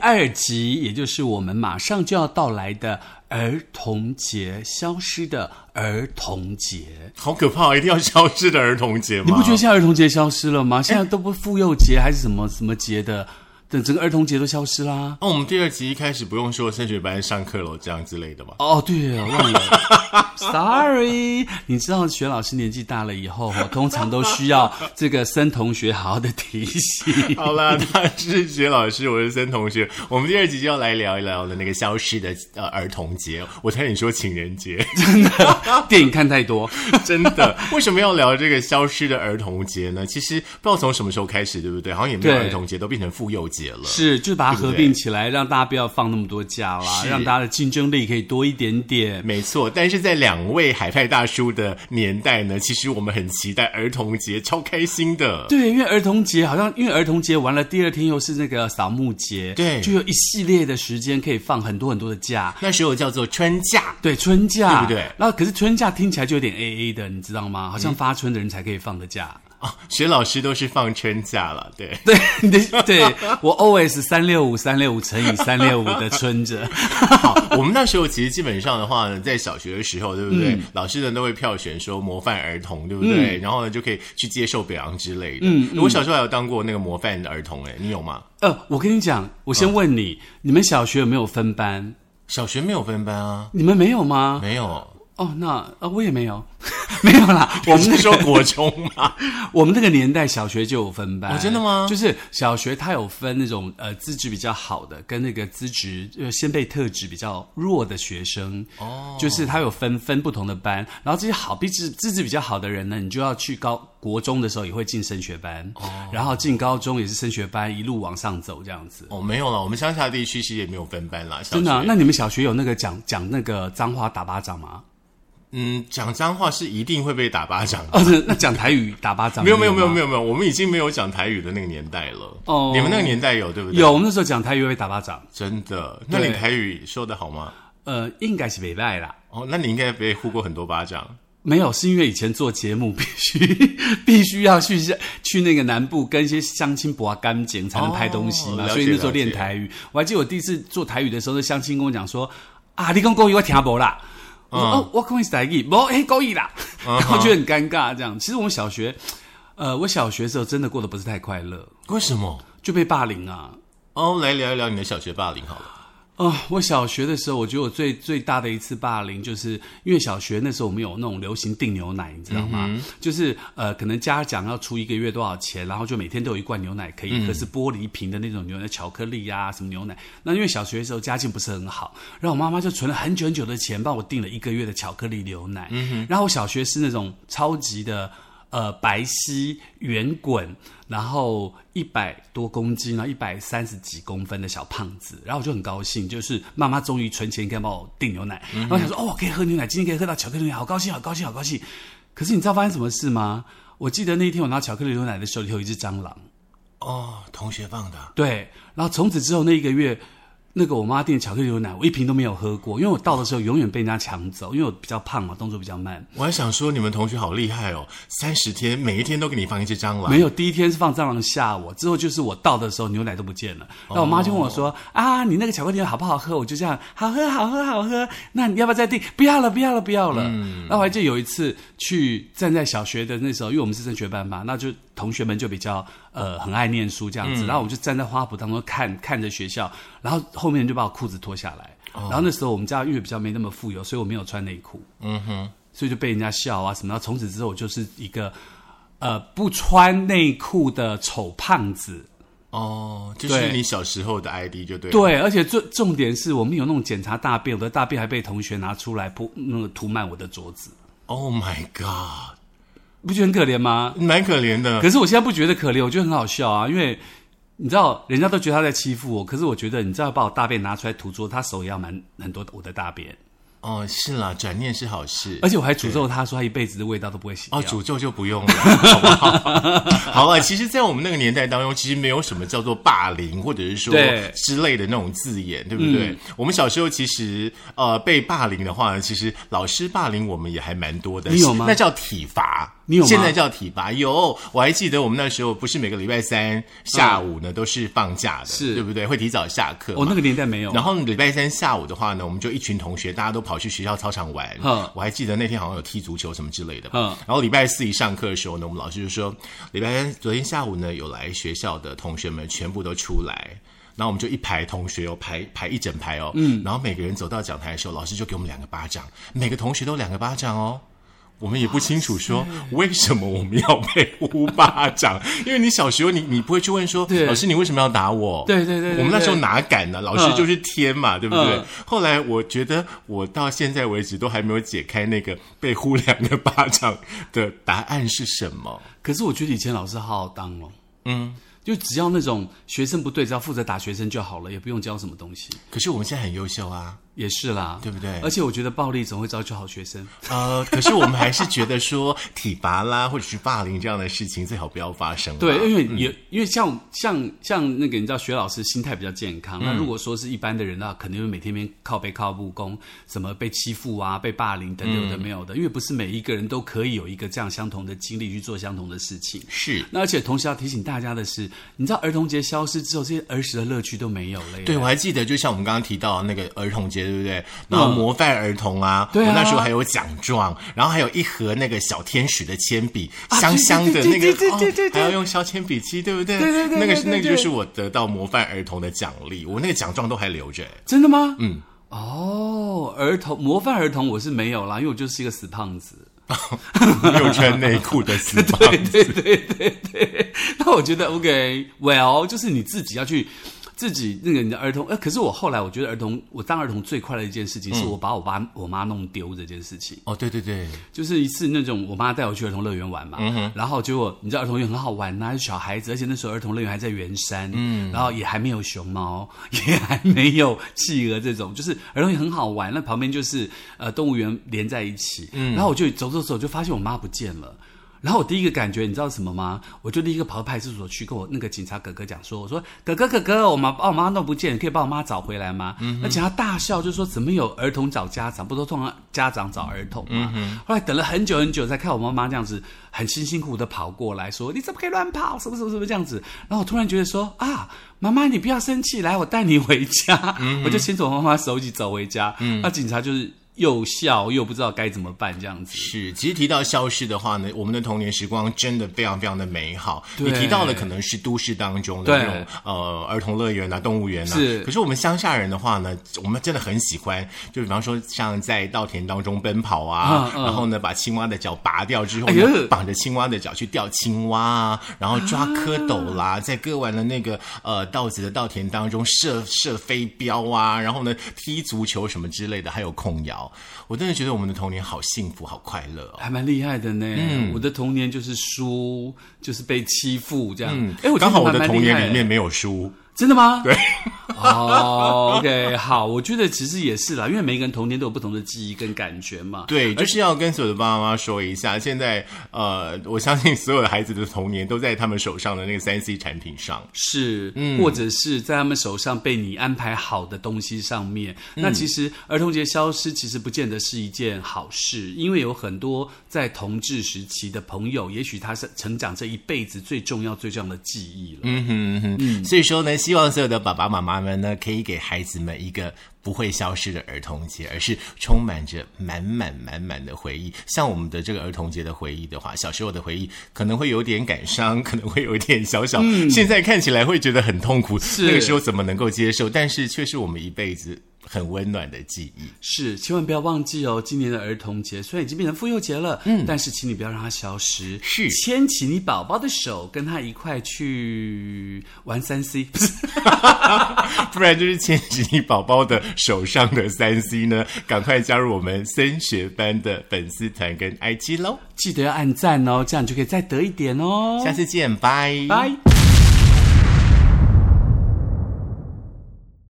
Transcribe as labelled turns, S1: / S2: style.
S1: 二集，也就是我们马上就要到来的儿童节，消失的儿童节。
S2: 好可怕！一定要消失的儿童节吗？
S1: 你不觉得现在儿童节消失了吗？现在都不妇幼节还是什么什么节的，等整个儿童节都消失啦。
S2: 哦那、我们第二集一开始不用说升学班上课喽，这样之类的吗？
S1: 哦，对哦，忘了 ，sorry。你知道雪老师年纪大了以 后哦，通常都需要这个森同学好好的提 醒。
S2: 好 啦，他是学老师，我是森同学。我们第二集就要来聊一聊的那个消失的呃儿童节，我差点说情人 节，
S1: 电影看太多，
S2: 真的。为什么要聊这个消失的儿童节呢？其实不知道从什么时候开始，对不对？好像也没有
S1: 对
S2: 儿童节，都变成妇幼节了。
S1: 是就把它合
S2: 对不对
S1: 并起来，让大家不要放那么多假啦，
S2: 是
S1: 让大家的竞争力可以多一点点。
S2: 没错，但是在两位海派大叔的年代呢，其实我们很期待儿童节，超开心的。
S1: 对，因为儿童节好像，因为儿童节完了，第二天又是那个扫墓节，
S2: 对
S1: 就有一系列的时间可以放很多很多的假。
S2: 那时候叫做春假，
S1: 对春假，
S2: 对不嗯对
S1: 然后可是春假听起来就有点 A A 的，你知道吗？好像发春的人才可以放的假。
S2: 哦， 学老师都是放春假了，对。
S1: 对，你的对我 always 三六五三六五乘以三六五的春着，
S2: 好，哦我们那时候其实基本上的话呢，在小学的时候，对不对？
S1: 嗯
S2: 老师呢都会票选说模范儿童，对不对？然后呢就可以去接受表扬之类的。
S1: 嗯
S2: 我小时候还有当过那个模范的儿童、哎，你有吗？
S1: 呃，我跟你讲，我先问你，你们小学有没有分班？
S2: 小学没有分班啊，
S1: 你们没有吗？
S2: 没有。
S1: 哦，那啊、呃我也没有， 没有啦。 我们
S2: 你
S1: 那
S2: 是说
S1: 个
S2: 国中啊吗？
S1: 我们那个年代小学就有分班，
S2: 哦真的吗
S1: 就是小学它有分那种呃资质比较好的，跟那个资质呃先辈特质比较弱的学生。哦，就是它有分分不同的班，然后这些好资质资质比较好的人呢，你就要去高国中的时候也会进升学班，哦，然后进高中也是升学班，一路往上走这样子。
S2: 哦，没有了。我们乡下地区其实也没有分班啦。小学
S1: 真的啊、那你们小学有那个讲讲那个脏话打巴掌 吗？
S2: 嗯，讲脏话是一定会被打 巴掌的。
S1: 哦，是那讲台语打巴掌
S2: 没有没有没有
S1: 吗
S2: 没有没有，我们已经没有讲台语的那个年代了。
S1: 哦
S2: 你们那个年代有对不对？
S1: 有，，我们那时候讲台语会打巴掌，
S2: 真的。那
S1: 对
S2: 你台语说的好吗？
S1: 呃，应该是没败啦。
S2: 哦，那你应该被呼过很多巴掌。
S1: 没有，是因为以前做节目必须 必须要去去那个南部跟一些乡亲伯干净才能拍东西嘛，
S2: 哦了解
S1: 所以那时候练
S2: 了解
S1: 台语。我还记得我第一次做台语的时候，那乡亲跟我讲说：“啊，你讲国语我听不啦。”
S2: 嗯
S1: 我说：“哦，我讲的是台语，不，嘿，国语啦。”然后就很尴尬这样。其实我们小学，呃，我小学的时候真的过得不是太快乐，
S2: 为什么？
S1: 就被霸凌啊。
S2: 哦，来聊一聊你的小学霸凌好了。
S1: 啊、我小学的时候，我觉得我最最大的一次霸凌，就是因为小学那时候我们有那种流行订牛奶，你知道吗？就是呃，可能家长要出一个月多少钱，然后就每天都有一罐牛奶可以，可是玻璃瓶的那种牛奶，巧克力呀、什么牛奶。那因为小学的时候家境不是很好，然后我妈妈就存了很久很久的钱，帮我订了一个月的巧克力牛奶。然后我小学是那种超级的。呃，白皙圆滚，然后一百多公斤，然后一百三十几公分的小胖子，然后我就很高兴，就是妈妈终于存钱可以帮我订牛奶，然后想说哦，可以喝牛奶，今天可以喝到巧克力牛奶，好高兴，好高兴，好高兴。可是你知道发生什么事吗？我记得那一天我拿巧克力牛奶的时候，里头有一只蟑螂。
S2: 哦，同学放的。
S1: 对，然后从此之后那一个月，那个我妈订的巧克力牛奶，我一瓶都没有喝过，因为我到的时候永远被人家抢走，因为我比较胖嘛，动作比较慢。
S2: 我还想说你们同学好厉害哦，三十天每一天都给你放一只蟑螂。
S1: 没有，第一天是放蟑螂吓我，之后就是我到的时候牛奶都不见了。那我妈就问我说：“啊，你那个巧克力牛奶好不好喝？”我就这样，好喝，好喝，好喝。那你要不要再订？不要了，不要了，不要了。然后我还记得有一次去站在小学的那时候，因为我们是升学班嘛，那就同学们就比较呃很爱念书这样子。然后我就站在花圃当中看看着学校，然后后面人就把我裤子脱下来。然后那时候我们家因为比较没那么富有，所以我没有穿内裤。所以就被人家笑啊什么。然后从此之后，我就是一个呃不穿内裤的丑胖子。
S2: 哦，就是
S1: 对
S2: 你小时候的 ID 就对了。
S1: 对，而且最重点是我们有那种检查大便，我的大便还被同学拿出来铺那个涂满我的桌子，
S2: Oh my god，
S1: 不觉得很可怜吗？
S2: 蛮可怜的。
S1: 可是我现在不觉得可怜，我觉得很好笑啊，因为。你知道，人家都觉得他在欺负我，可是我觉得，你知道，把我大便拿出来涂桌，他手也要蛮很多我的大便，
S2: 哦，是啦，转念是好事。
S1: 而且我还诅咒他说他一辈子的味道都不会洗掉。
S2: 哦，诅咒就不用了，好不好？ 好了，其实，在我们那个年代当中，其实没有什么叫做霸凌，或者是说
S1: 对嗯
S2: 之类的那种字眼，对不对？我们小时候其实呃被霸凌的话呢，其实老师霸凌我们也还蛮多的，
S1: 你有吗
S2: 那叫体罚。
S1: 你有吗？
S2: 现在叫体罚。有，我还记得我们那时候不是每个礼拜三下午呢、都是放假的，
S1: 嗯是
S2: 对不对？会提早下课嘛。
S1: 我那个年代没有。啊
S2: 然后礼拜三下午的话呢，我们就一群同学，大家都跑去学校操场玩
S1: 嗯。
S2: 我还记得那天好像有踢足球什么之类的吧。
S1: 嗯
S2: 然后礼拜四一上课的时候呢，我们老师就说，礼拜三昨天下午呢，有来学校的同学们全部都出来。然后我们就一排同学哦，排排一整排哦，嗯，然后每个人走到讲台的时候，老师就给我们两个巴掌，每个同学都两个巴掌哦。我们也不清楚说为什么我们要被呼巴掌，因为你小时候你你不会去问说
S1: 对
S2: 老师你为什么要打我？
S1: 对对对对
S2: 我们那时候
S1: 对
S2: 哪敢呢、老师
S1: 嗯
S2: 就是天嘛，对不对？
S1: 嗯
S2: 后来我觉得我到现在为止都还没有解开那个被呼两个巴掌的答案是什么。
S1: 可是我觉得以前老师好好当哦。嗯，就只要那种学生不对，只要负责打学生就好了，也不用教什么东西。
S2: 可是我们现在很优秀啊，
S1: 也是啦，
S2: 对不对
S1: 而且我觉得暴力总会造就好学生。
S2: 呃，可是我们还是觉得说 体罚啦，或者是霸凌这样的事情最好不要发生啦。
S1: 对，因
S2: 嗯
S1: 为也、因为像像像那个你知道，学老师心态比较健康。
S2: 嗯
S1: 那如果说是一般的人啊，肯定会每天边靠背靠不公，什么被欺负啊、被霸凌等等有的没有
S2: 嗯
S1: 的，因为不是每一个人都可以有一个这样相同的经历去做相同的事情。
S2: 是。
S1: 那而且同时要提醒大家的是，你知道儿童节消失之后，这些儿时的乐趣都没有了耶。
S2: 对，我还记得，就像我们刚刚提到的那个儿童节，对不对？然后模范儿童啊，
S1: 嗯对啊
S2: 我那时候还有奖状，然后还有一盒那个小天使的铅笔，
S1: 啊
S2: 香香的那个，
S1: 对对对对对对
S2: 哦还要用削铅笔漆，对不对？
S1: 对对对对
S2: 那个是
S1: 对对
S2: 那个就是我得到模范儿童的奖励，我那个奖状都还留着。
S1: 真的吗？嗯。哦，儿童模范儿童我是没有啦，因为我就是一个死胖子。
S2: 没有穿内裤的死胖
S1: 对对对对对。那我觉得 OK，Well，、就是你自己要去自己那个你的儿童。呃，可是我后来我觉得儿童，我当儿童最快乐的一件事情，是我把我爸我妈弄丢这件事情。
S2: 哦，对对对，
S1: 就是一次那种我妈带我去儿童乐园玩嘛，然后结果你知道儿童乐园很好玩呐、有小孩子，而且那时候儿童乐园还在圆山，嗯，然后也还没有熊猫， 也还没有企鹅这种，就是儿童也很好玩。那旁边就是呃动物园连在一起，嗯，然后我就走走走，就发现我妈不见了。然后我第一个感觉，你知道什么吗？我就立刻跑到派出所去跟我那个警察哥哥讲说：“我说哥哥哥哥，我妈把我妈弄不见，你可以帮我妈找回来吗？”那警察大笑，就说：“怎么有儿童找家长？不都通常家长找儿童吗？”后来等了很久很久，才看我妈妈这样子很辛辛苦苦的跑过来说：“你怎么可以乱跑？什么什么什么这样子？”然后我突然觉得说：“啊，妈妈你不要生气，来我带你回家。我就牵着我妈妈手一起走回家。那警察就是又笑又不知道该怎么办这样子。
S2: 是。其实提到消失的话呢，我们的童年时光真的非常非常的美好。
S1: 对
S2: 你提到的可能是都市当中的
S1: 对
S2: 那种呃儿童乐园啊、动物园啊，
S1: 是
S2: 可是我们乡下人的话呢，我们真的很喜欢，就比方说像在稻田当中奔跑啊，
S1: 嗯嗯
S2: 然后呢把青蛙的脚拔掉之后
S1: 哎
S2: 呢，
S1: 呦
S2: 绑着青蛙的脚去钓青蛙啊，然后抓蝌蚪
S1: 啊
S2: 啦，在割完了那个呃稻子的稻田当中射射飞镖啊，然后呢踢足球什么之类的，还有控摇。我真的觉得我们的童年好幸福，好快乐哦。
S1: 还蛮厉害的呢。
S2: 嗯
S1: 我的童年就是输，就是被欺负这样。哎、我觉得
S2: 嗯刚好
S1: 你还
S2: 我的
S1: 蛮
S2: 童
S1: 厉害
S2: 年里面没有书。
S1: 真的吗？对。哦、o k 好，我觉得其实也是啦，因为每个人童年都有不同的记忆跟感觉嘛。
S2: 对，就是要跟所有的爸爸妈妈说一下，现在呃，我相信所有的孩子的童年都在他们手上的那个三 C 产品上。
S1: 是，
S2: 嗯
S1: 或者是在他们手上被你安排好的东西上面。
S2: 嗯
S1: 那其实儿童节消失，其实不见得是一件好事，因为有很多在同志时期的朋友，也许他是成长这一辈子最重要、最重要的记忆了。
S2: 嗯哼哼，所以说呢，希望所有的爸爸妈妈们呢，可以给孩子们一个不会消失的儿童节，而是充满着满满满满的回忆。像我们的这个儿童节的回忆的话，小时候的回忆可能会有点感伤，可能会有点 小小，现在看起来会觉得很痛苦，那个时候怎么能够接受？但是却是我们一辈子很温暖的记忆。
S1: 是，千万不要忘记哦，今年的儿童节虽然已经变成妇幼节了，嗯，但是请你不要让它消失，
S2: 是
S1: 牵起你宝宝的手，跟他一块去玩三 C，不是
S2: 啊不然就是牵起你宝宝的手上的三 C 呢，赶快加入我们升学班的粉丝团跟 IG 喽！
S1: 记得要按赞哦，这样你就可以再得一点哦，
S2: 下次见，拜
S1: 拜。